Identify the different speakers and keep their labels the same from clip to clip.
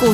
Speaker 1: 股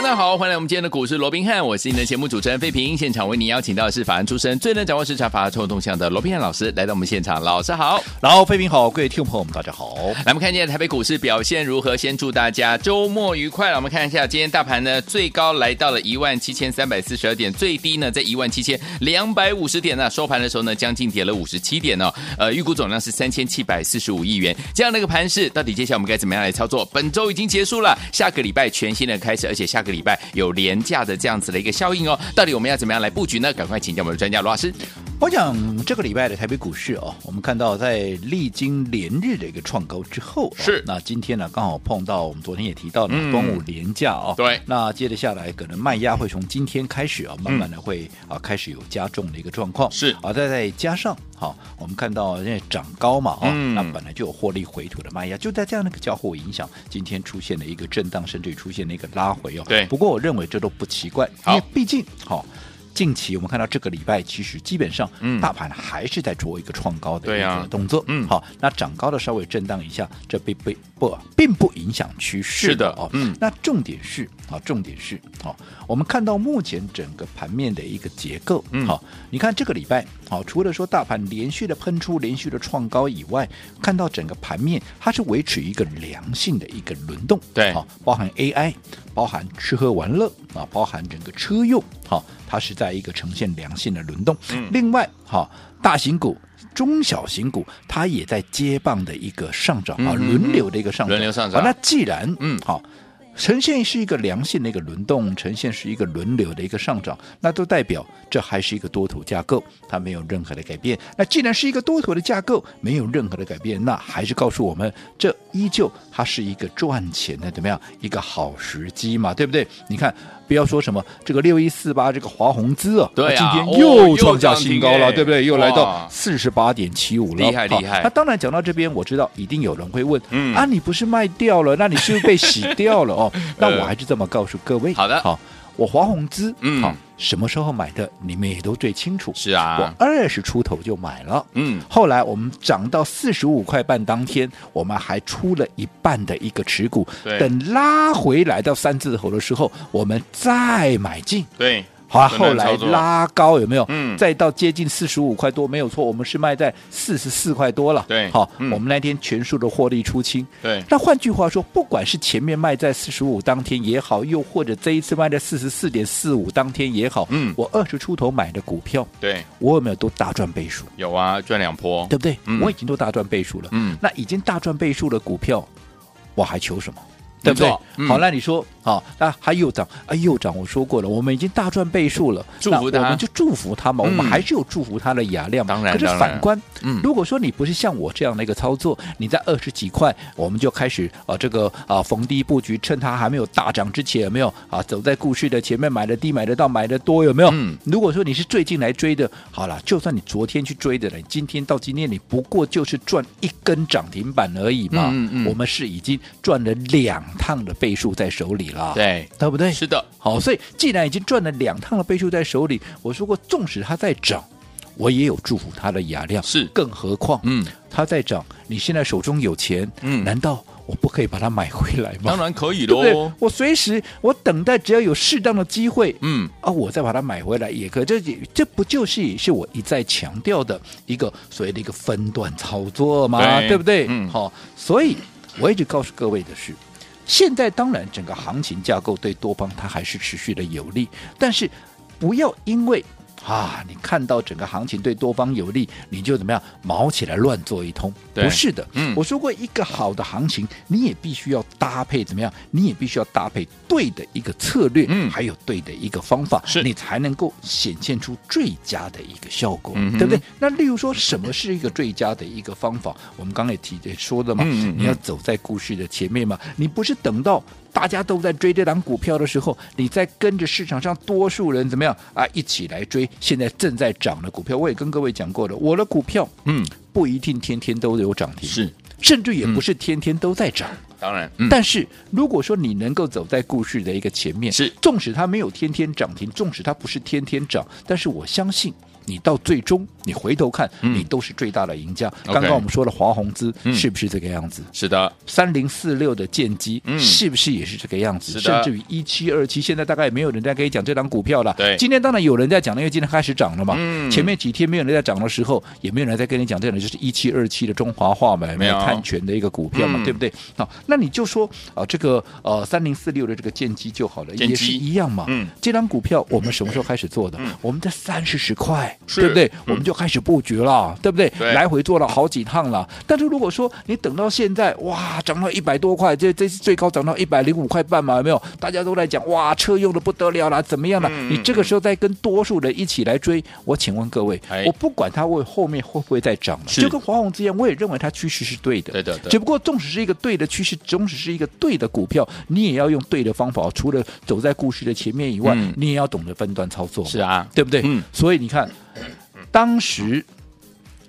Speaker 2: 家好，欢迎来我们今天的股市罗宾汉，我是你的节目主持人费平。现场为您邀请到的是法案出身、最能掌握市场法案冲动向的罗宾汉老师，来到我们现场。老师好，
Speaker 3: 然后，飞平好，各位听众朋友们，大家好。
Speaker 2: 来我们看一下台北股市表现如何，先祝大家周末愉快。我们看一下今天大盘呢，最高来到了一万七千三百四十二点，最低呢在一万七千两百五十点呢、收盘的时候呢，将近跌了五十七点哦。呃，预估总量是三千七百四十五亿元，这样的一个盘势，到底接下来我们该怎么样来操作？本周已经结束了，下个礼拜全新的开始，而且下个礼拜有廉价的这样子的一个效应哦。到底我们要怎么样来布局呢？赶快请教我们的专家罗老师。
Speaker 3: 我想这个礼拜的台北股市哦，我们看到在历经连日的一个创高之后、哦，
Speaker 2: 是
Speaker 3: 那今天呢刚好碰到我们昨天也提到的
Speaker 2: 嗯
Speaker 3: 端午连假哦，
Speaker 2: 对
Speaker 3: 那接着下来可能卖压会从今天开始啊、慢慢的会啊、开始有加重的一个状况，
Speaker 2: 是
Speaker 3: 啊，再再加上好、我们看到因为涨高嘛哦，
Speaker 2: 嗯
Speaker 3: 那本来就有获利回吐的卖压，就在这样的一个交互影响，今天出现了一个震荡，甚至于出现了一个拉回哦，
Speaker 2: 对
Speaker 3: 不过我认为这都不奇怪，
Speaker 2: 好
Speaker 3: 因为毕竟好。近期我们看到这个礼拜，其实基本上
Speaker 2: 嗯
Speaker 3: 大盘还是在做一个创高的
Speaker 2: 对
Speaker 3: 一
Speaker 2: 啊
Speaker 3: 个动作。
Speaker 2: 嗯
Speaker 3: 好，那涨高的稍微震荡一下，这并不不并不影响趋势。
Speaker 2: 是的
Speaker 3: 哦，
Speaker 2: 嗯
Speaker 3: 那重点是啊，重点是哦，我们看到目前整个盘面的一个结构，
Speaker 2: 嗯
Speaker 3: 好、你看这个礼拜，好、除了说大盘连续的喷出、连续的创高以外，看到整个盘面它是维持一个良性的一个轮动，
Speaker 2: 对
Speaker 3: 好、包含 AI，包含吃喝玩乐啊，包含整个车用，好、它是在一个呈现良性的轮动。
Speaker 2: 嗯
Speaker 3: 另外，好、大型股。中小型股它也在接棒的一个上涨
Speaker 2: 嗯
Speaker 3: 啊，
Speaker 2: 嗯嗯
Speaker 3: 轮流的一个上涨，啊
Speaker 2: 轮流上涨
Speaker 3: 好那既然啊
Speaker 2: 嗯
Speaker 3: 好。呈现是一个良性的一个轮动，呈现是一个轮流的一个上涨，那都代表这还是一个多头架构，它没有任何的改变。那既然是一个多头的架构，没有任何的改变，那还是告诉我们，这依旧它是一个赚钱的怎么样一个好时机嘛，对不对？你看，不要说什么这个六一四八这个华宏资哦，
Speaker 2: 对啊
Speaker 3: 今
Speaker 2: 哦
Speaker 3: 天又
Speaker 2: 又
Speaker 3: 创下
Speaker 2: 涨停
Speaker 3: 新高了，
Speaker 2: 哎
Speaker 3: 对不对？又来
Speaker 2: 哇
Speaker 3: 到四十八点七五了，
Speaker 2: 厉害
Speaker 3: 好
Speaker 2: 厉害
Speaker 3: 那当然讲到这边，我知道一定有人会问，
Speaker 2: 嗯
Speaker 3: 啊，你不是卖掉了？那你是不是被洗掉了 哦？那我还是这么告诉各位，
Speaker 2: 呃好的
Speaker 3: 好，我华宏资，
Speaker 2: 嗯
Speaker 3: 好，什么时候买的，你们也都最清楚。
Speaker 2: 是
Speaker 3: 我
Speaker 2: 啊，
Speaker 3: 二十出头就买了，
Speaker 2: 嗯
Speaker 3: 后来我们涨到四十五块半当天，我们还出了一半的一个持股
Speaker 2: 对，
Speaker 3: 等拉回来到三字头的时候，我们再买进。
Speaker 2: 对，
Speaker 3: 好、啊，
Speaker 2: 很难
Speaker 3: 后来
Speaker 2: 操作
Speaker 3: 拉高有没有？
Speaker 2: 嗯
Speaker 3: 再到接近四十五块多，没有错，我们是卖在四十四块多了。
Speaker 2: 对
Speaker 3: 好、
Speaker 2: 嗯
Speaker 3: 我们那天全数的获利出清。
Speaker 2: 对，
Speaker 3: 那换句话说，不管是前面卖在四十五当天也好，又或者这一次卖在四十四点四五当天也好，
Speaker 2: 嗯
Speaker 3: 我二十出头买的股票，
Speaker 2: 对，
Speaker 3: 我有没有都大赚倍数？
Speaker 2: 有啊，赚两波，
Speaker 3: 对不对？
Speaker 2: 嗯
Speaker 3: 我已经都大赚倍数了。
Speaker 2: 嗯
Speaker 3: 那已经大赚倍数的股票，我还求什么？对不对
Speaker 2: 没错？嗯
Speaker 3: 好，那你说，好，那还又涨，啊，又涨。我说过了，我们已经大赚倍数了，
Speaker 2: 祝福
Speaker 3: 那
Speaker 2: 他
Speaker 3: 我们就祝福他
Speaker 2: 嗯
Speaker 3: 嘛。我们还是有祝福他的雅量嘛。
Speaker 2: 当然
Speaker 3: 可是
Speaker 2: 当然
Speaker 3: 反观，
Speaker 2: 嗯
Speaker 3: 如果说你不是像我这样的一个操作，你在二十几块，我们就开始啊这个啊逢低布局，趁它还没有大涨之前，有没有啊走在股市的前面，买的低，买得到，买的多，有没有？
Speaker 2: 嗯
Speaker 3: 如果说你是最近来追的，好了，就算你昨天去追的了，你今天到今天你不过就是赚一根涨停板而已嘛。
Speaker 2: 嗯嗯嗯
Speaker 3: 我们是已经赚了两趟的倍数在手里了，
Speaker 2: 对，
Speaker 3: 对不对？
Speaker 2: 是的，
Speaker 3: 好，所以既然已经赚了两趟的倍数在手里，我说过，纵使它在涨，我也有祝福它的雅量，
Speaker 2: 是
Speaker 3: 更何况，
Speaker 2: 嗯，
Speaker 3: 它在涨，你现在手中有钱，
Speaker 2: 嗯
Speaker 3: 难道我不可以把它买回来吗？
Speaker 2: 当然哦可以
Speaker 3: 对不对
Speaker 2: 喽？，
Speaker 3: 我随时，我等待，只要有适当的机会，
Speaker 2: 嗯，
Speaker 3: 啊，我再把它买回来也可以。这这不就是也是我一再强调的一个所谓的一个分段操作嘛，
Speaker 2: 对
Speaker 3: 对不对？
Speaker 2: 嗯
Speaker 3: 好、所以我一直告诉各位的是。现在当然，整个行情架构对多方它还是持续的有利，但是不要因为啊，你看到整个行情对多方有利，你就怎么样毛起来乱做一通？
Speaker 2: 对
Speaker 3: 不是的，
Speaker 2: 嗯
Speaker 3: 我说过，一个好的行情，你也必须要搭配怎么样？你也必须要搭配对的一个策略，
Speaker 2: 嗯
Speaker 3: 还有对的一个方法，
Speaker 2: 是
Speaker 3: 你才能够显现出最佳的一个效果，
Speaker 2: 嗯哼
Speaker 3: 对不对？那例如说，什么是一个最佳的一个方法？我们刚才也提也说的嘛，
Speaker 2: 嗯嗯嗯
Speaker 3: 你要走在故事的前面嘛，你不是等到。大家都在追这档股票的时候，你在跟着市场上多数人怎么样啊？一起来追现在正在涨的股票。我也跟各位讲过的，我的股票
Speaker 2: 嗯，
Speaker 3: 不一定天天都有涨停，
Speaker 2: 是，
Speaker 3: 甚至也
Speaker 2: 嗯
Speaker 3: 不是天天都在涨。
Speaker 2: 当然，嗯，
Speaker 3: 但是如果说你能够走在故事的一个前面，
Speaker 2: 是
Speaker 3: 纵使它没有天天涨停，纵使它不是天天涨，但是我相信。你到最终，你回头看，
Speaker 2: 嗯
Speaker 3: 你都是最大的赢家。
Speaker 2: OK
Speaker 3: 刚刚我们说了华宏资
Speaker 2: 嗯
Speaker 3: 是不是这个样子？
Speaker 2: 是的，
Speaker 3: 三零四六的剑机
Speaker 2: 嗯
Speaker 3: 是不是也是这个样子？
Speaker 2: 是的
Speaker 3: 甚至于一七二七，现在大概也没有人在跟你讲这档股票了。
Speaker 2: 对
Speaker 3: 今天当然有人在讲了，因为今天开始涨了嘛。
Speaker 2: 嗯
Speaker 3: 前面几天没有人在涨的时候，也没有人在跟你讲这样的，就是一七二七的中华化嘛，
Speaker 2: 没有
Speaker 3: 碳权的一个股票嘛，
Speaker 2: 嗯
Speaker 3: 对不对？好，那你就说啊、这个呃三零四六的这个剑机就好了，
Speaker 2: 剑机
Speaker 3: 也是一样嘛。
Speaker 2: 嗯
Speaker 3: 这张股票我们什么时候开始做的？我们在三十十块，
Speaker 2: 是
Speaker 3: 对不对？
Speaker 2: 嗯
Speaker 3: 我们就开始布局了，对不对？
Speaker 2: 对
Speaker 3: 来回做了好几趟了。但是如果说你等到现在，哇，涨到一百多块，这这次最高涨到一百零五块半嘛，有没有？大家都在讲哇，车用的不得了啦，怎么样啦？
Speaker 2: 嗯
Speaker 3: 你这个时候再跟多数人一起来追，我请问各位，
Speaker 2: 哎
Speaker 3: 我不管它会后面会不会再涨了，
Speaker 2: 是
Speaker 3: 就跟华宏之一样，我也认为它趋势是对的。
Speaker 2: 对的，对
Speaker 3: 只不过，纵使是一个对的趋势，纵使是一个对的股票，你也要用对的方法。除了走在故事的前面以外，
Speaker 2: 嗯
Speaker 3: 你也要懂得分段操作嘛。
Speaker 2: 是啊，
Speaker 3: 对不对？
Speaker 2: 嗯
Speaker 3: 所以你看，当时。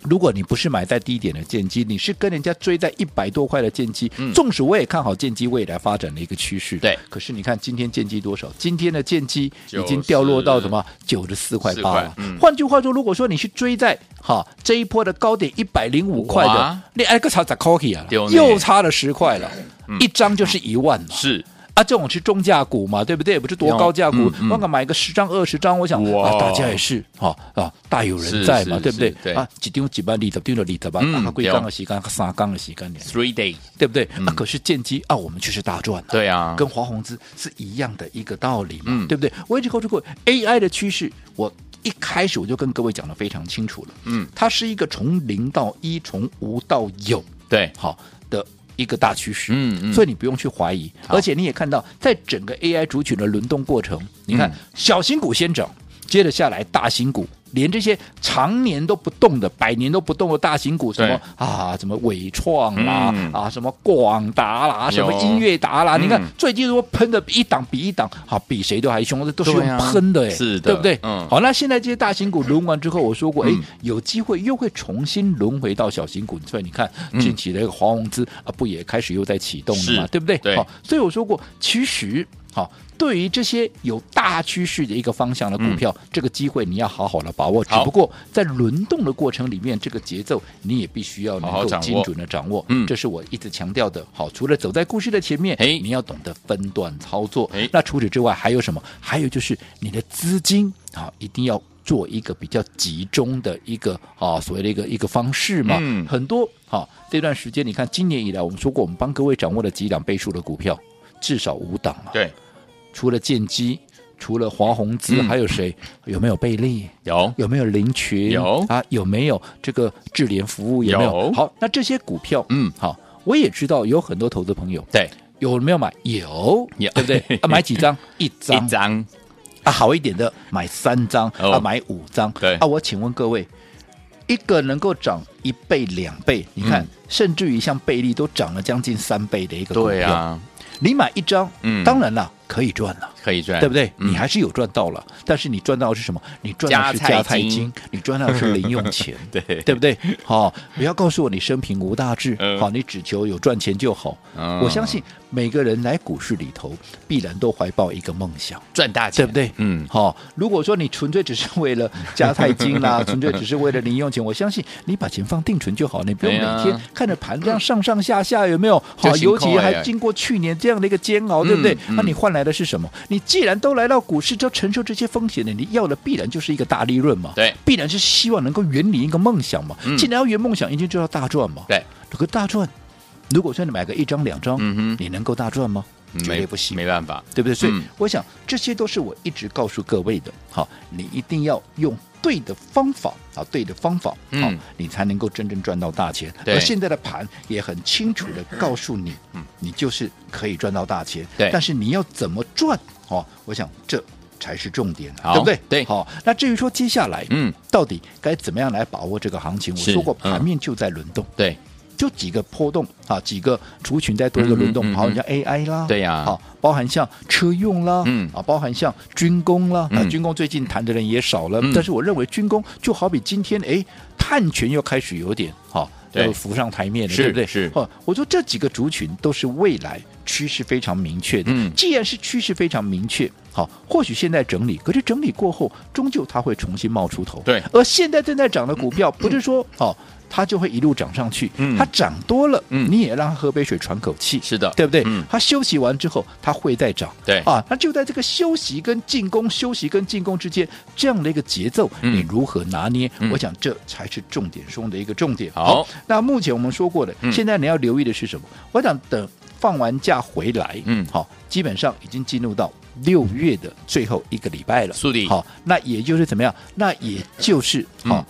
Speaker 3: 如果你不是买在低点的剑机，你是跟人家追在一百多块的剑机，
Speaker 2: 嗯
Speaker 3: 纵使我也看好剑机未来发展的一个趋势，
Speaker 2: 对。
Speaker 3: 可是你看今天剑机多少？今天的剑机已经
Speaker 2: 90
Speaker 3: 掉落到什么九十四块
Speaker 2: 4
Speaker 3: 八
Speaker 2: 块
Speaker 3: 了。
Speaker 2: 嗯
Speaker 3: 换句话说，如果说你是追在哈这一波的高点一百零五块的
Speaker 2: 哇，
Speaker 3: 你哎个差咋 c o k 啊
Speaker 2: 对哦，
Speaker 3: 又差了十块了，
Speaker 2: 嗯
Speaker 3: 一张就是一万嘛。
Speaker 2: 是
Speaker 3: 啊，这种是中价股嘛，对不对？不是多高价股
Speaker 2: 嗯，嗯
Speaker 3: 我敢买个十张、二十张，我想
Speaker 2: 哇
Speaker 3: 啊，大家也是啊啊，大有人在嘛，
Speaker 2: 是
Speaker 3: 对不对
Speaker 2: 是？对
Speaker 3: 啊，几丢几万，里头丢了里头吧，
Speaker 2: 嗯
Speaker 3: 啊，贵杠的洗干，三杠的洗干，
Speaker 2: three day，
Speaker 3: 对不对？
Speaker 2: 嗯
Speaker 3: 啊，可是剑机啊，我们却是大赚的。
Speaker 2: 对啊，
Speaker 3: 跟华宏资是一样的一个道理嘛，
Speaker 2: 嗯
Speaker 3: 对不对？我一直告诉各位，AI 的趋势，我一开始我就跟各位讲的非常清楚了，
Speaker 2: 嗯，
Speaker 3: 它是一个从零到一，从无到有，
Speaker 2: 对，
Speaker 3: 好的一个大趋势，
Speaker 2: 嗯嗯
Speaker 3: 所以你不用去怀疑，
Speaker 2: 好
Speaker 3: 而且你也看到，在整个 AI 族群的轮动过程，你看、
Speaker 2: 嗯
Speaker 3: 小型股先涨，接着下来大型股。连这些常年都不动的、百年都不动的大型股，什么啊，什么伟创啦，
Speaker 2: 嗯
Speaker 3: 啊，什么广达啦，什么
Speaker 2: 有
Speaker 3: 音乐达啦，你看
Speaker 2: 嗯
Speaker 3: 最近如果喷的一档比一档，好、比谁都还凶，这都是
Speaker 2: 对啊
Speaker 3: 用喷的、欸，
Speaker 2: 是的
Speaker 3: 对不对？
Speaker 2: 嗯
Speaker 3: 好，那现在这些大型股轮完之后，我说过，哎、
Speaker 2: 嗯
Speaker 3: 有机会又会重新轮回到小型股，所以你看
Speaker 2: 嗯
Speaker 3: 近期的一个华宏资啊，不也开始又在启动了嘛
Speaker 2: 是，
Speaker 3: 对不对？
Speaker 2: 对
Speaker 3: 好，所以我说过，其实好。对于这些有大趋势的一个方向的股票，这个机会你要好好的把握。只
Speaker 2: 嗯好
Speaker 3: 不过在轮动的过程里面，这个节奏你也必须要能
Speaker 2: 好好
Speaker 3: 够
Speaker 2: 掌握
Speaker 3: 精准的掌握。
Speaker 2: 嗯
Speaker 3: 这是我一直强调的。好，除了走在故事的前面，
Speaker 2: 哎
Speaker 3: 你要懂得分段操作
Speaker 2: 哎。
Speaker 3: 那除此之外还有什么？还有就是你的资金啊，一定要做一个比较集中的一个啊所谓的一个一个方式嘛。
Speaker 2: 嗯
Speaker 3: 很多好、这段时间，你看今年以来，我们说过，我们帮各位掌握了几档倍数的股票，至少五档了。
Speaker 2: 对，
Speaker 3: 除了建机，除了华宏资，
Speaker 2: 嗯
Speaker 3: 还有谁？有没有贝利？
Speaker 2: 有，
Speaker 3: 有没有林群？
Speaker 2: 有
Speaker 3: 啊，有没有这个智联服务？有没有？
Speaker 2: 有
Speaker 3: 好，那这些股票，
Speaker 2: 嗯，
Speaker 3: 好，我也知道有很多投资朋友
Speaker 2: 对，
Speaker 3: 有没有买？有，
Speaker 2: 有
Speaker 3: 对不对？ 啊，买几张？一张
Speaker 2: 一张，
Speaker 3: 啊，好一点的买三张，
Speaker 2: 哦
Speaker 3: 啊，买五张。
Speaker 2: 对
Speaker 3: 啊，我请问各位，一个能够涨一倍、两倍，你看，
Speaker 2: 嗯
Speaker 3: 甚至于像贝利都涨了将近三倍的一个股
Speaker 2: 对
Speaker 3: 票，
Speaker 2: 啊，
Speaker 3: 你买一张，
Speaker 2: 嗯
Speaker 3: 当然了，可以赚了。
Speaker 2: 可以赚，
Speaker 3: 对不对？
Speaker 2: 嗯
Speaker 3: 你还是有赚到了，但是你赚到的是什么？你赚到的是
Speaker 2: 加菜
Speaker 3: 加菜
Speaker 2: 金，
Speaker 3: 金，你赚到的是零用钱
Speaker 2: 对
Speaker 3: 对不对？好、不要告诉我你生平无大志，好、
Speaker 2: 嗯
Speaker 3: 你只求有赚钱就好。
Speaker 2: 嗯
Speaker 3: 我相信每个人来股市里头，必然都怀抱一个梦想。
Speaker 2: 赚大钱，
Speaker 3: 对不对？
Speaker 2: 嗯，
Speaker 3: 好、如果说你纯粹只是 为了加菜金啦、纯粹只是为了零用钱，我相信你把钱放定存就好，你不用
Speaker 2: 对
Speaker 3: 每
Speaker 2: 呀
Speaker 3: 天看着盘这样上上下下，有没有？好、
Speaker 2: 就辛苦
Speaker 3: 尤其
Speaker 2: 哎
Speaker 3: 还经过去年这样的一个煎熬，对不对？
Speaker 2: 嗯
Speaker 3: 那、你换来的是什么？你既然都来到股市，就承受这些风险了，你要的必然就是一个大利润嘛，
Speaker 2: 对，
Speaker 3: 必然是希望能够圆你一个梦想嘛。
Speaker 2: 嗯
Speaker 3: 既然要圆梦想，一定就要大赚嘛。
Speaker 2: 对，
Speaker 3: 这个大赚，如果说你买个一张两张，
Speaker 2: 嗯
Speaker 3: 你能够大赚吗？
Speaker 2: 哼，
Speaker 3: 绝对不行。
Speaker 2: 没办法，
Speaker 3: 对不对？所以
Speaker 2: 嗯
Speaker 3: 我想这些都是我一直告诉各位的。好，你一定要用对的方法啊，对的方法，好、
Speaker 2: 嗯
Speaker 3: 你才能够真正赚到大钱。
Speaker 2: 对嗯
Speaker 3: 而现在的盘也很清楚的告诉你，你就是可以赚到大钱。
Speaker 2: 对
Speaker 3: 但是你要怎么赚？哦，我想这。才是重点，
Speaker 2: 好
Speaker 3: 对不对？
Speaker 2: 对
Speaker 3: 好。那至于说接下来，
Speaker 2: 嗯，
Speaker 3: 到底该怎么样来把握这个行情？我
Speaker 2: 是
Speaker 3: 说过，
Speaker 2: 嗯
Speaker 3: 盘面就在轮动，
Speaker 2: 对，
Speaker 3: 就几个波动啊，几个族群在做一个轮
Speaker 2: 嗯嗯
Speaker 3: 动，
Speaker 2: 嗯
Speaker 3: 好，
Speaker 2: 嗯
Speaker 3: 你像 AI 啦，
Speaker 2: 对呀
Speaker 3: 好，包含像车用啦，
Speaker 2: 啊嗯
Speaker 3: 啊，包含像军工啦，啊
Speaker 2: 嗯，
Speaker 3: 军工最近谈的人也少了
Speaker 2: 嗯，
Speaker 3: 但是我认为军工就好比今天，哎，碳权又开始有点好。
Speaker 2: 对
Speaker 3: 呃浮上台面了，
Speaker 2: 是
Speaker 3: 对不对？
Speaker 2: 是
Speaker 3: 哦，我说这几个族群都是未来趋势非常明确的。
Speaker 2: 嗯
Speaker 3: 既然是趋势非常明确，好，或许现在整理，可是整理过后，终究它会重新冒出头。
Speaker 2: 对
Speaker 3: 而现在正在涨的股票，不是说哦。它就会一路涨上去，
Speaker 2: 嗯
Speaker 3: 它涨多了，
Speaker 2: 嗯
Speaker 3: 你也让它喝杯水喘口气，
Speaker 2: 是的
Speaker 3: 对不对？
Speaker 2: 嗯
Speaker 3: 它休息完之后，它会再涨，
Speaker 2: 对
Speaker 3: 啊，那就在这个休息跟进攻、休息跟进攻之间这样的一个节奏，
Speaker 2: 嗯
Speaker 3: 你如何拿捏？
Speaker 2: 嗯
Speaker 3: 我想这才是重点中的一个重点。
Speaker 2: 好
Speaker 3: 那目前我们说过的，
Speaker 2: 嗯
Speaker 3: 现在你要留意的是什么？我想等放完假回来，
Speaker 2: 嗯
Speaker 3: 好，基本上已经进入到六月的最后一个礼拜了。
Speaker 2: 速递
Speaker 3: 好，那也就是怎么样？那也就是
Speaker 2: 嗯
Speaker 3: 好。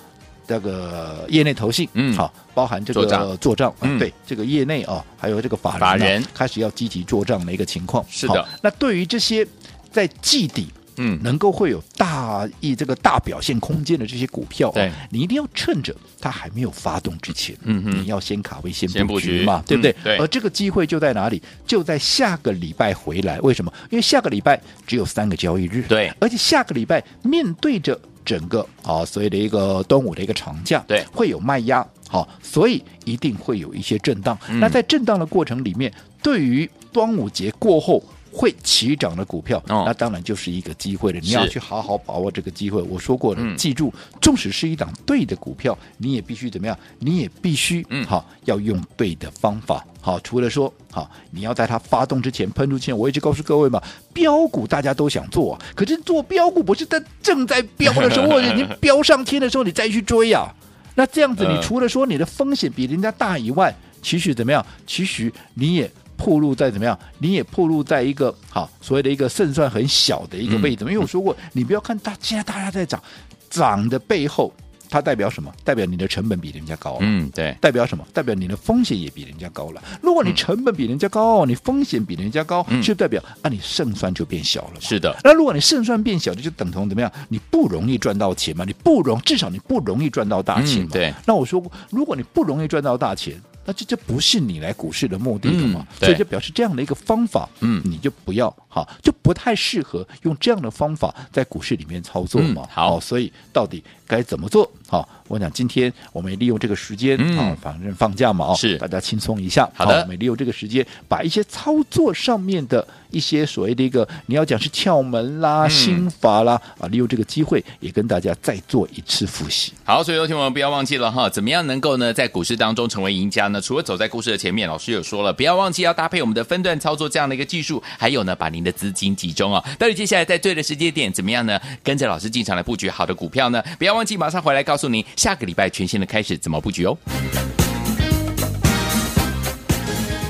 Speaker 3: 这个业内投信，
Speaker 2: 嗯
Speaker 3: 好，包含这
Speaker 2: 做账
Speaker 3: 个做账，啊
Speaker 2: 嗯
Speaker 3: 对这个业内啊，还有这个法人啊
Speaker 2: 法人
Speaker 3: 开始要积极做账的一个情况。
Speaker 2: 是的
Speaker 3: 好，那对于这些在季底
Speaker 2: 嗯，
Speaker 3: 能够会有大意这个大表现空间的这些股票、哦
Speaker 2: 对，
Speaker 3: 你一定要趁着它还没有发动之前，
Speaker 2: 嗯哼
Speaker 3: 你要先卡位先
Speaker 2: 先布
Speaker 3: 布
Speaker 2: 局
Speaker 3: 局嘛，对
Speaker 2: 嗯
Speaker 3: 不对？
Speaker 2: 对
Speaker 3: 而这个机会就在哪里？就在下个礼拜回来。为什么？因为下个礼拜只有三个交易日，
Speaker 2: 对
Speaker 3: 而且下个礼拜面对着整个啊所谓的一个端午的一个长假，
Speaker 2: 对
Speaker 3: 会有卖压，好、所以一定会有一些震荡。
Speaker 2: 嗯
Speaker 3: 那在震荡的过程里面，对于端午节过后。会起涨的股票，
Speaker 2: 哦
Speaker 3: 那当然就是一个机会了。你
Speaker 2: 是
Speaker 3: 要去好好把握这个机会。我说过了，
Speaker 2: 嗯
Speaker 3: 记住，纵使是一档对的股票，你也必须怎么样？你也必须
Speaker 2: 嗯
Speaker 3: 好要用对的方法。好，除了说好，你要在它发动之前喷出去。我一直告诉各位嘛，标股大家都想做、啊，可是做标股不是在正在飙的时候，或者已经飙上天的时候，你再去追啊。那这样子，
Speaker 2: 嗯
Speaker 3: 你除了说你的风险比人家大以外，其实怎么样？其实你也暴露在怎么样？你也暴露在一个好所谓的一个胜算很小的一
Speaker 2: 嗯
Speaker 3: 个位置。因为我说过，你不要看大现在大家在涨，涨的背后它代表什么？代表你的成本比人家高啊、
Speaker 2: 嗯，对，
Speaker 3: 代表什么？代表你的风险也比人家高了。如果你成本比人家高，你风险比人家高，
Speaker 2: 嗯
Speaker 3: 就代表啊，你胜算就变小了嘛。
Speaker 2: 是的，
Speaker 3: 那如果你胜算变小，这就等同怎么样？你不容易赚到钱嘛，你不容，至少你不容易赚到大钱
Speaker 2: 嗯
Speaker 3: 嘛。
Speaker 2: 对。
Speaker 3: 那我说过，如果你不容易赚到大钱，那这这不是你来股市的目的了嘛
Speaker 2: 嗯？对
Speaker 3: 所以就表示这样的一个方法，
Speaker 2: 嗯
Speaker 3: 你就不要哈，就不太适合用这样的方法在股市里面操作嘛。
Speaker 2: 嗯好
Speaker 3: 哦所以到底该怎么做？好，我想今天我们也利用这个时间
Speaker 2: 嗯
Speaker 3: 啊，反正放假嘛，哦
Speaker 2: 是
Speaker 3: 大家轻松一下。
Speaker 2: 好的
Speaker 3: 我们利用这个时间，把一些操作上面的一些所谓的一个你要讲是窍门啦、
Speaker 2: 嗯
Speaker 3: 心法啦啊，利用这个机会也跟大家再做一次复习。
Speaker 2: 好，所以有听我们不要忘记了哈，怎么样能够呢在股市当中成为赢家呢？除了走在股市的前面，老师有说了，不要忘记要搭配我们的分段操作这样的一个技术，还有呢把您的资金集中哦。到底接下来在对的时间点怎么样呢？跟着老师进场来布局好的股票呢？不要忘记马上回来告诉您下个礼拜全新的开始怎么布局哦。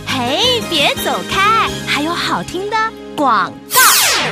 Speaker 1: 嘿，别走开，还有好听的广告。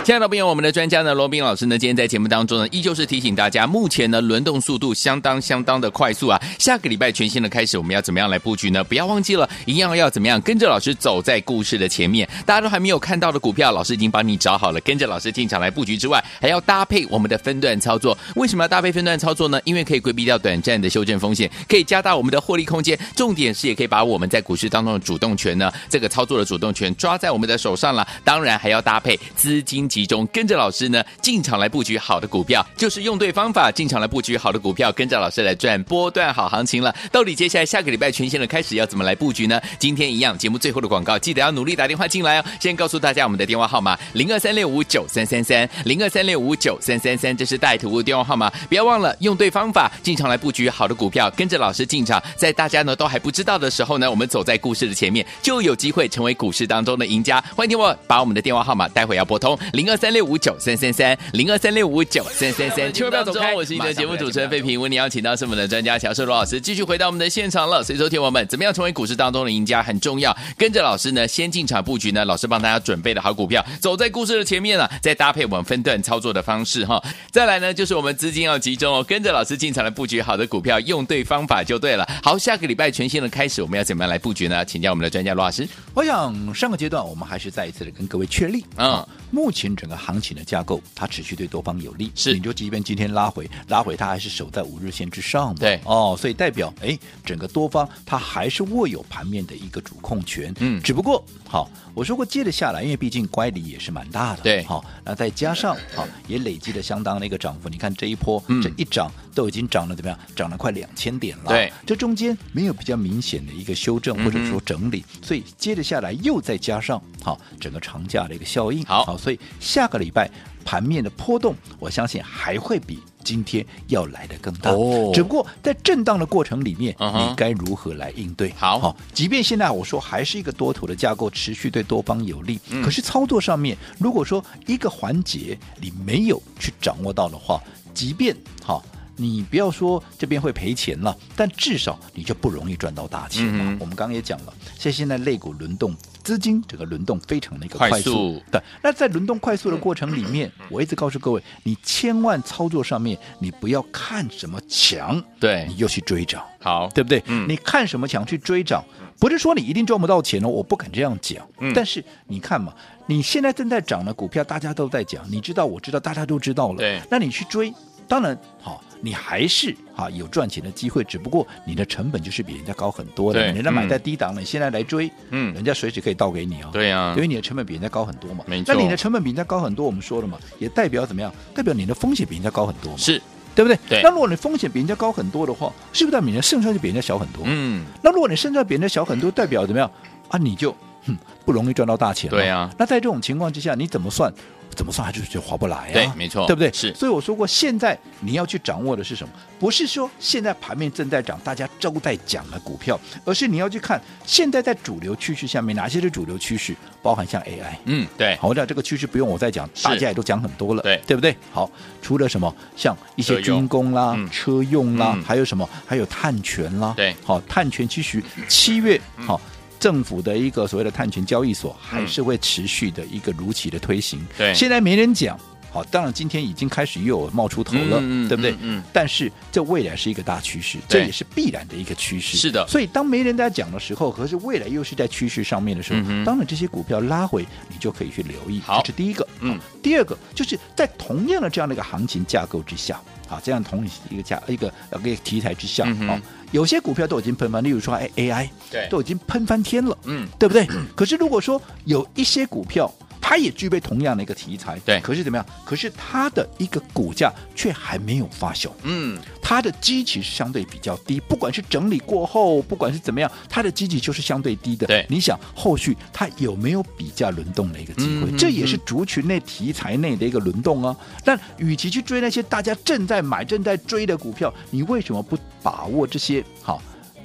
Speaker 2: 亲爱的朋友我们的专家呢，罗斌老师呢，今天在节目当中呢，依旧是提醒大家，目前呢轮动速度相当相当的快速啊。下个礼拜全新的开始，我们要怎么样来布局呢？不要忘记了，一样要怎么样跟着老师走在故事的前面。大家都还没有看到的股票，老师已经帮你找好了，跟着老师进场来布局之外，还要搭配我们的分段操作。为什么要搭配分段操作呢？因为可以规避掉短暂的修正风险，可以加大我们的获利空间。重点是也可以把我们在股市当中的主动权呢，这个操作的主动权抓在我们的手上了。当然还要搭配资金集中，跟着老师呢进场来布局好的股票，就是用对方法进场来布局好的股票，跟着老师来赚波段好行情了。到底接下来下个礼拜全线的开始要怎么来布局呢？今天一样，节目最后的广告，记得要努力打电话进来哦。先告诉大家我们的电话号码零二三六五九三三三零二三六五九三三三，这是带图的电话号码，不要忘了用对方法进场来布局好的股票，跟着老师进场，在大家呢都还不知道的时候呢，我们走在故事的前面，就有机会成为股市当中的赢家。欢迎听我把我们的电话号码待会要拨通零二三六五九三三三零二三六五九三三三，千万不要走开，我是你的节目主持人费平，为你邀请到是我们的专家乔世罗老师，继续回到我们的现场了。所以说，听我们怎么样成为股市当中的赢家很重要，跟着老师呢先进场布局呢，老师帮大家准备的好股票，走在故事的前面啊，再搭配我们分段操作的方式哈。再来呢，就是我们资金要集中哦，跟着老师进场来布局好的股票，用对方法就对了。好，下个礼拜全新的开始，我们要怎么样来布局呢？请教我们的专家罗老师。
Speaker 3: 我想上个阶段我们还是再一次的跟各位确立
Speaker 2: 嗯
Speaker 3: 啊，目其实整个行情的架构它持续对多方有利。
Speaker 2: 是
Speaker 3: 你就即便今天拉回，拉回它还是守在五日线之上嘛。
Speaker 2: 对
Speaker 3: 哦，所以代表哎，整个多方它还是握有盘面的一个主控权。
Speaker 2: 嗯
Speaker 3: 只不过好，我说过接着下来，因为毕竟乖离也是蛮大的。
Speaker 2: 对
Speaker 3: 好，那再加上好也累积了相当的一个涨幅。你看这一波，
Speaker 2: 嗯
Speaker 3: 这一涨都已经涨了怎么样？涨了快两千点了。
Speaker 2: 对，
Speaker 3: 这中间没有比较明显的一个修正
Speaker 2: 嗯哼
Speaker 3: 或者说整理，所以接着下来又再加上好整个长假的一个效应。
Speaker 2: 好
Speaker 3: 所以下个礼拜盘面的波动，我相信还会比。今天要来的更大，
Speaker 2: 哦
Speaker 3: 只不过在震荡的过程里面，
Speaker 2: 嗯哼
Speaker 3: 你该如何来应对？
Speaker 2: 好
Speaker 3: 好，即便现在我说还是一个多头的架构，持续对多方有利，
Speaker 2: 嗯
Speaker 3: 可是操作上面，如果说一个环节你没有去掌握到的话，即便好。你不要说这边会赔钱了，但至少你就不容易赚到大钱了。
Speaker 2: 嗯哼
Speaker 3: 我们刚刚也讲了，像现在肋骨轮动，资金这个轮动非常的一个快
Speaker 2: 快
Speaker 3: 速。
Speaker 2: 速
Speaker 3: 对，那在轮动快速的过程里面，我一直告诉各位，你千万操作上面，你不要看什么强，
Speaker 2: 对
Speaker 3: 你，又去追涨。
Speaker 2: 好，
Speaker 3: 对不对？
Speaker 2: 嗯
Speaker 3: 你看什么强去追涨，不是说你一定赚不到钱哦，我不敢这样讲。
Speaker 2: 嗯
Speaker 3: 但是你看嘛，你现在正在涨的股票，大家都在讲，你知道，我知道，大家都知道了。
Speaker 2: 对
Speaker 3: 那你去追，当然好。你还是哈有赚钱的机会，只不过你的成本就是比人家高很多的。
Speaker 2: 对
Speaker 3: 人家买在低档了，你现在来追，
Speaker 2: 嗯
Speaker 3: 人家随时可以倒给你啊。
Speaker 2: 对呀
Speaker 3: 因为你的成本比人家高很多嘛。
Speaker 2: 没错
Speaker 3: 那你的成本比人家高很多，我们说了嘛，也代表怎么样？代表你的风险比人家高很多嘛。
Speaker 2: 是，
Speaker 3: 对不对？
Speaker 2: 对
Speaker 3: 那如果你风险比人家高很多的话，是不是代表你的胜算就比人家小很多？
Speaker 2: 嗯，
Speaker 3: 那如果你胜算比人家小很多，代表怎么样啊？你就哼不容易赚到大钱。
Speaker 2: 对啊。
Speaker 3: 那在这种情况之下，你怎么算？怎么算还就是就划不来啊？
Speaker 2: 对没错
Speaker 3: 对不对？
Speaker 2: 是
Speaker 3: 所以我说过，现在你要去掌握的是什么？不是说现在盘面正在涨，大家都在讲的股票，而是你要去看现在在主流趋势下面哪些是主流趋势，包含像 AI。
Speaker 2: 嗯，对，
Speaker 3: 好，那这个趋势不用我再讲，
Speaker 2: 是
Speaker 3: 大家也都讲很多了，
Speaker 2: 对
Speaker 3: 对不对？好，除了什么像一些
Speaker 2: 车用
Speaker 3: 军工啦、
Speaker 2: 嗯
Speaker 3: 车用啦，
Speaker 2: 嗯
Speaker 3: 还有什么？还有碳权啦，
Speaker 2: 对嗯
Speaker 3: 好，碳权其实七月好。政府的一个所谓的碳权交易所还是会持续的一个如期的推行。
Speaker 2: 对
Speaker 3: 现在没人讲，好，当然今天已经开始又有冒出头了，
Speaker 2: 嗯嗯
Speaker 3: 对不对？
Speaker 2: 嗯嗯
Speaker 3: 但是这未来是一个大趋势，
Speaker 2: 对
Speaker 3: 这也是必然的一个趋势。
Speaker 2: 是的
Speaker 3: 所以当没人在讲的时候，可是未来又是在趋势上面的时候，
Speaker 2: 嗯哼
Speaker 3: 当然这些股票拉回，你就可以去留意。
Speaker 2: 好
Speaker 3: 这是第一个。
Speaker 2: 嗯，
Speaker 3: 第二个就是在同样的这样的一个行情架构之下，啊，这样同一个架一个呃一个题材之下，
Speaker 2: 嗯哼
Speaker 3: 啊，有些股票都已经喷翻，例如说哎 AI，
Speaker 2: 对
Speaker 3: 都已经喷翻天了，
Speaker 2: 嗯，
Speaker 3: 对不对？可是如果说有一些股票，它也具备同样的一个题材，
Speaker 2: 对
Speaker 3: 可是怎么样？可是它的一个股价却还没有发酵，
Speaker 2: 嗯，
Speaker 3: 它的基期是相对比较低，不管是整理过后，不管是怎么样，它的基期就是相对低的。
Speaker 2: 对
Speaker 3: 你想后续它有没有比价轮动的一个机会？
Speaker 2: 嗯
Speaker 3: 这也是族群内题材内的一个轮动啊。但与其去追那些大家正在买、正在追的股票，你为什么不把握这些好？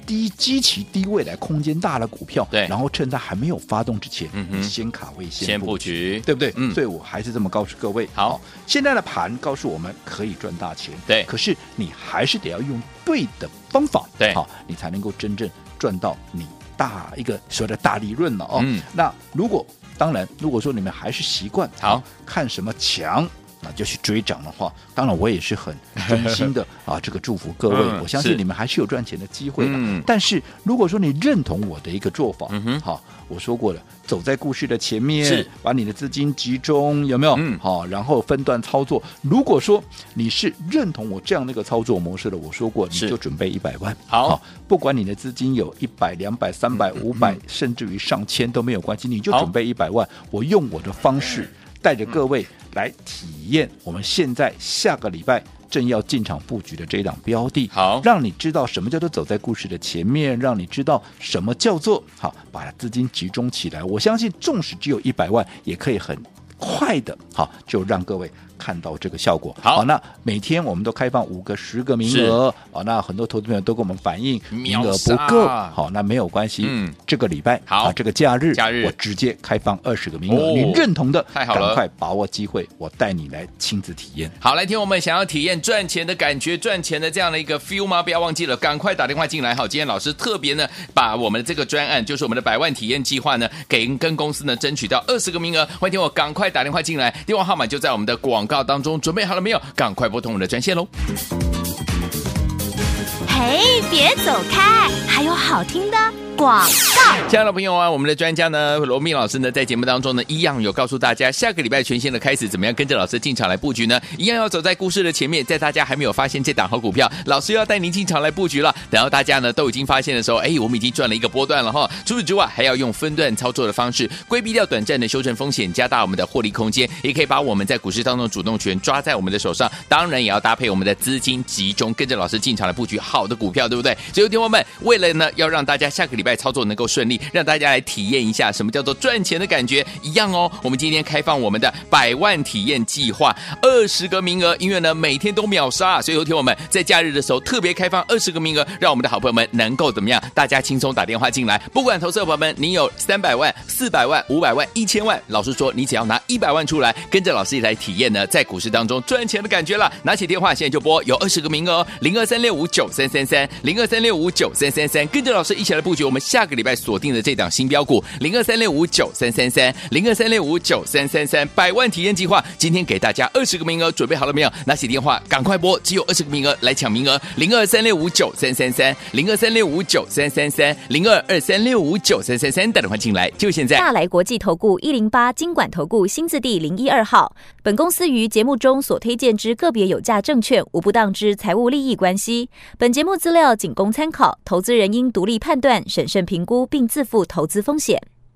Speaker 3: 低基期、低未来空间大的股票，
Speaker 2: 对
Speaker 3: 然后趁它还没有发动之前，
Speaker 2: 嗯哼
Speaker 3: 你先卡位、
Speaker 2: 先布局，
Speaker 3: 对不对？
Speaker 2: 嗯
Speaker 3: 所以我还是这么告诉各位。
Speaker 2: 好，
Speaker 3: 现在的盘告诉我们可以赚大钱，
Speaker 2: 对
Speaker 3: 可是你还是得要用对的方法，
Speaker 2: 对
Speaker 3: 好，你才能够真正赚到你大一个所谓的大利润了哦。
Speaker 2: 嗯
Speaker 3: 那如果当然，如果说你们还是习惯
Speaker 2: 好
Speaker 3: 看什么强。那就去追涨的话，当然我也是很真 心的啊，这个祝福各位，
Speaker 2: 嗯
Speaker 3: 我相
Speaker 2: 是
Speaker 3: 信你们还是有赚钱的机会的。
Speaker 2: 嗯
Speaker 3: 但是如果说你认同我的一个做法，
Speaker 2: 嗯哼
Speaker 3: 好，我说过了，走在故事的前面，
Speaker 2: 是
Speaker 3: 把你的资金集中，有没有？
Speaker 2: 嗯
Speaker 3: 好，然后分段操作。如果说你是认同我这样的一个操作模式的，我说过，你
Speaker 2: 是
Speaker 3: 就准备一百万。
Speaker 2: 好嗯
Speaker 3: 不管你的资金有一百、两百、三百、五百，甚至于上千都没有关系，你就
Speaker 2: 好嗯
Speaker 3: 准备一百万。我用我的方式带着各位来体验我们现在下个礼拜。正要进场布局的这一档标的，
Speaker 2: 好
Speaker 3: 让你知道什么叫做走在故事的前面，让你知道什么叫做好，把资金集中起来。我相信，纵使只有一百万，也可以很快的，好就让各位看到这个效果。
Speaker 2: 好
Speaker 3: 那每天我们都开放五个、十个名
Speaker 2: 是
Speaker 3: 额，好，那很多投资朋友都跟我们反映名
Speaker 2: 秒
Speaker 3: 额不
Speaker 2: 杀
Speaker 3: 够，好，那没有关系，
Speaker 2: 嗯
Speaker 3: 这个礼拜
Speaker 2: 好
Speaker 3: 啊这个假日，
Speaker 2: 假日
Speaker 3: 我直接开放二十个名额，
Speaker 2: 哦
Speaker 3: 你认同的，
Speaker 2: 太好了
Speaker 3: 赶快把握机会，我带你来亲自体验。
Speaker 2: 好，来听我们想要体验赚钱的感觉、赚钱的这样的一个 feel 吗？不要忘记了，赶快打电话进来。好，今天老师特别呢，把我们的这个专案，就是我们的百万体验计划呢，给跟公司呢争取到二十个名额。欢迎听我赶快打电话进来，电话号码就在我们的广告当中。准备好了没有？赶快拨通我们的专线喽！
Speaker 1: 嘿，别走开，还有好听的广告。
Speaker 2: 亲爱的朋友啊，我们的专家呢，罗密老师呢，在节目当中呢，一样有告诉大家，下个礼拜全新的开始，怎么样跟着老师进场来布局呢？一样要走在故事的前面，在大家还没有发现这档好股票，老师要带您进场来布局了。然后大家呢都已经发现的时候，哎，我们已经赚了一个波段了哈。除此之外，还要用分段操作的方式，规避掉短暂的修正风险，加大我们的获利空间，也可以把我们在股市当中主动权抓在我们的手上。当然，也要搭配我们的资金集中，跟着老师进场来布局好的股票，对不对？所以，听众朋友们，为了呢要让大家下个礼拜操作能够顺利，让大家来体验一下什么叫做赚钱的感觉，一样哦。我们今天开放我们的百万体验计划，二十个名额，因为呢每天都秒杀，所以有听我们在假日的时候特别开放二十个名额，让我们的好朋友们能够怎么样？大家轻松打电话进来，不管投资者朋友们，你有三百万、四百万、五百万、一千万，老师说你只要拿一百万出来，跟着老师一起来体验呢，在股市当中赚钱的感觉了。拿起电话现在就拨，有二十个名额、哦，零二三六五九三三三，零二三六五九三三三，跟着老师一起来布局我们下个礼拜锁定的这档新标股，零二三六五九三三三，零二三六五九三三三，百万体验计划，今天给大家二十个名额，准备好了没有？拿起电话赶快拨，只有二十个名额来抢名额，零二三六五九三三三，零二三六五九三三三，零二二三六五九三三三，打电话进来就现在。
Speaker 4: 大来国际投顾一零八金管投顾新字第零一二号。本公司于节目中所推荐之个别有价证券，无不当之财务利益关系。本节目资料仅供参考，投资人应独立判断、审慎评估，并自负投资风险。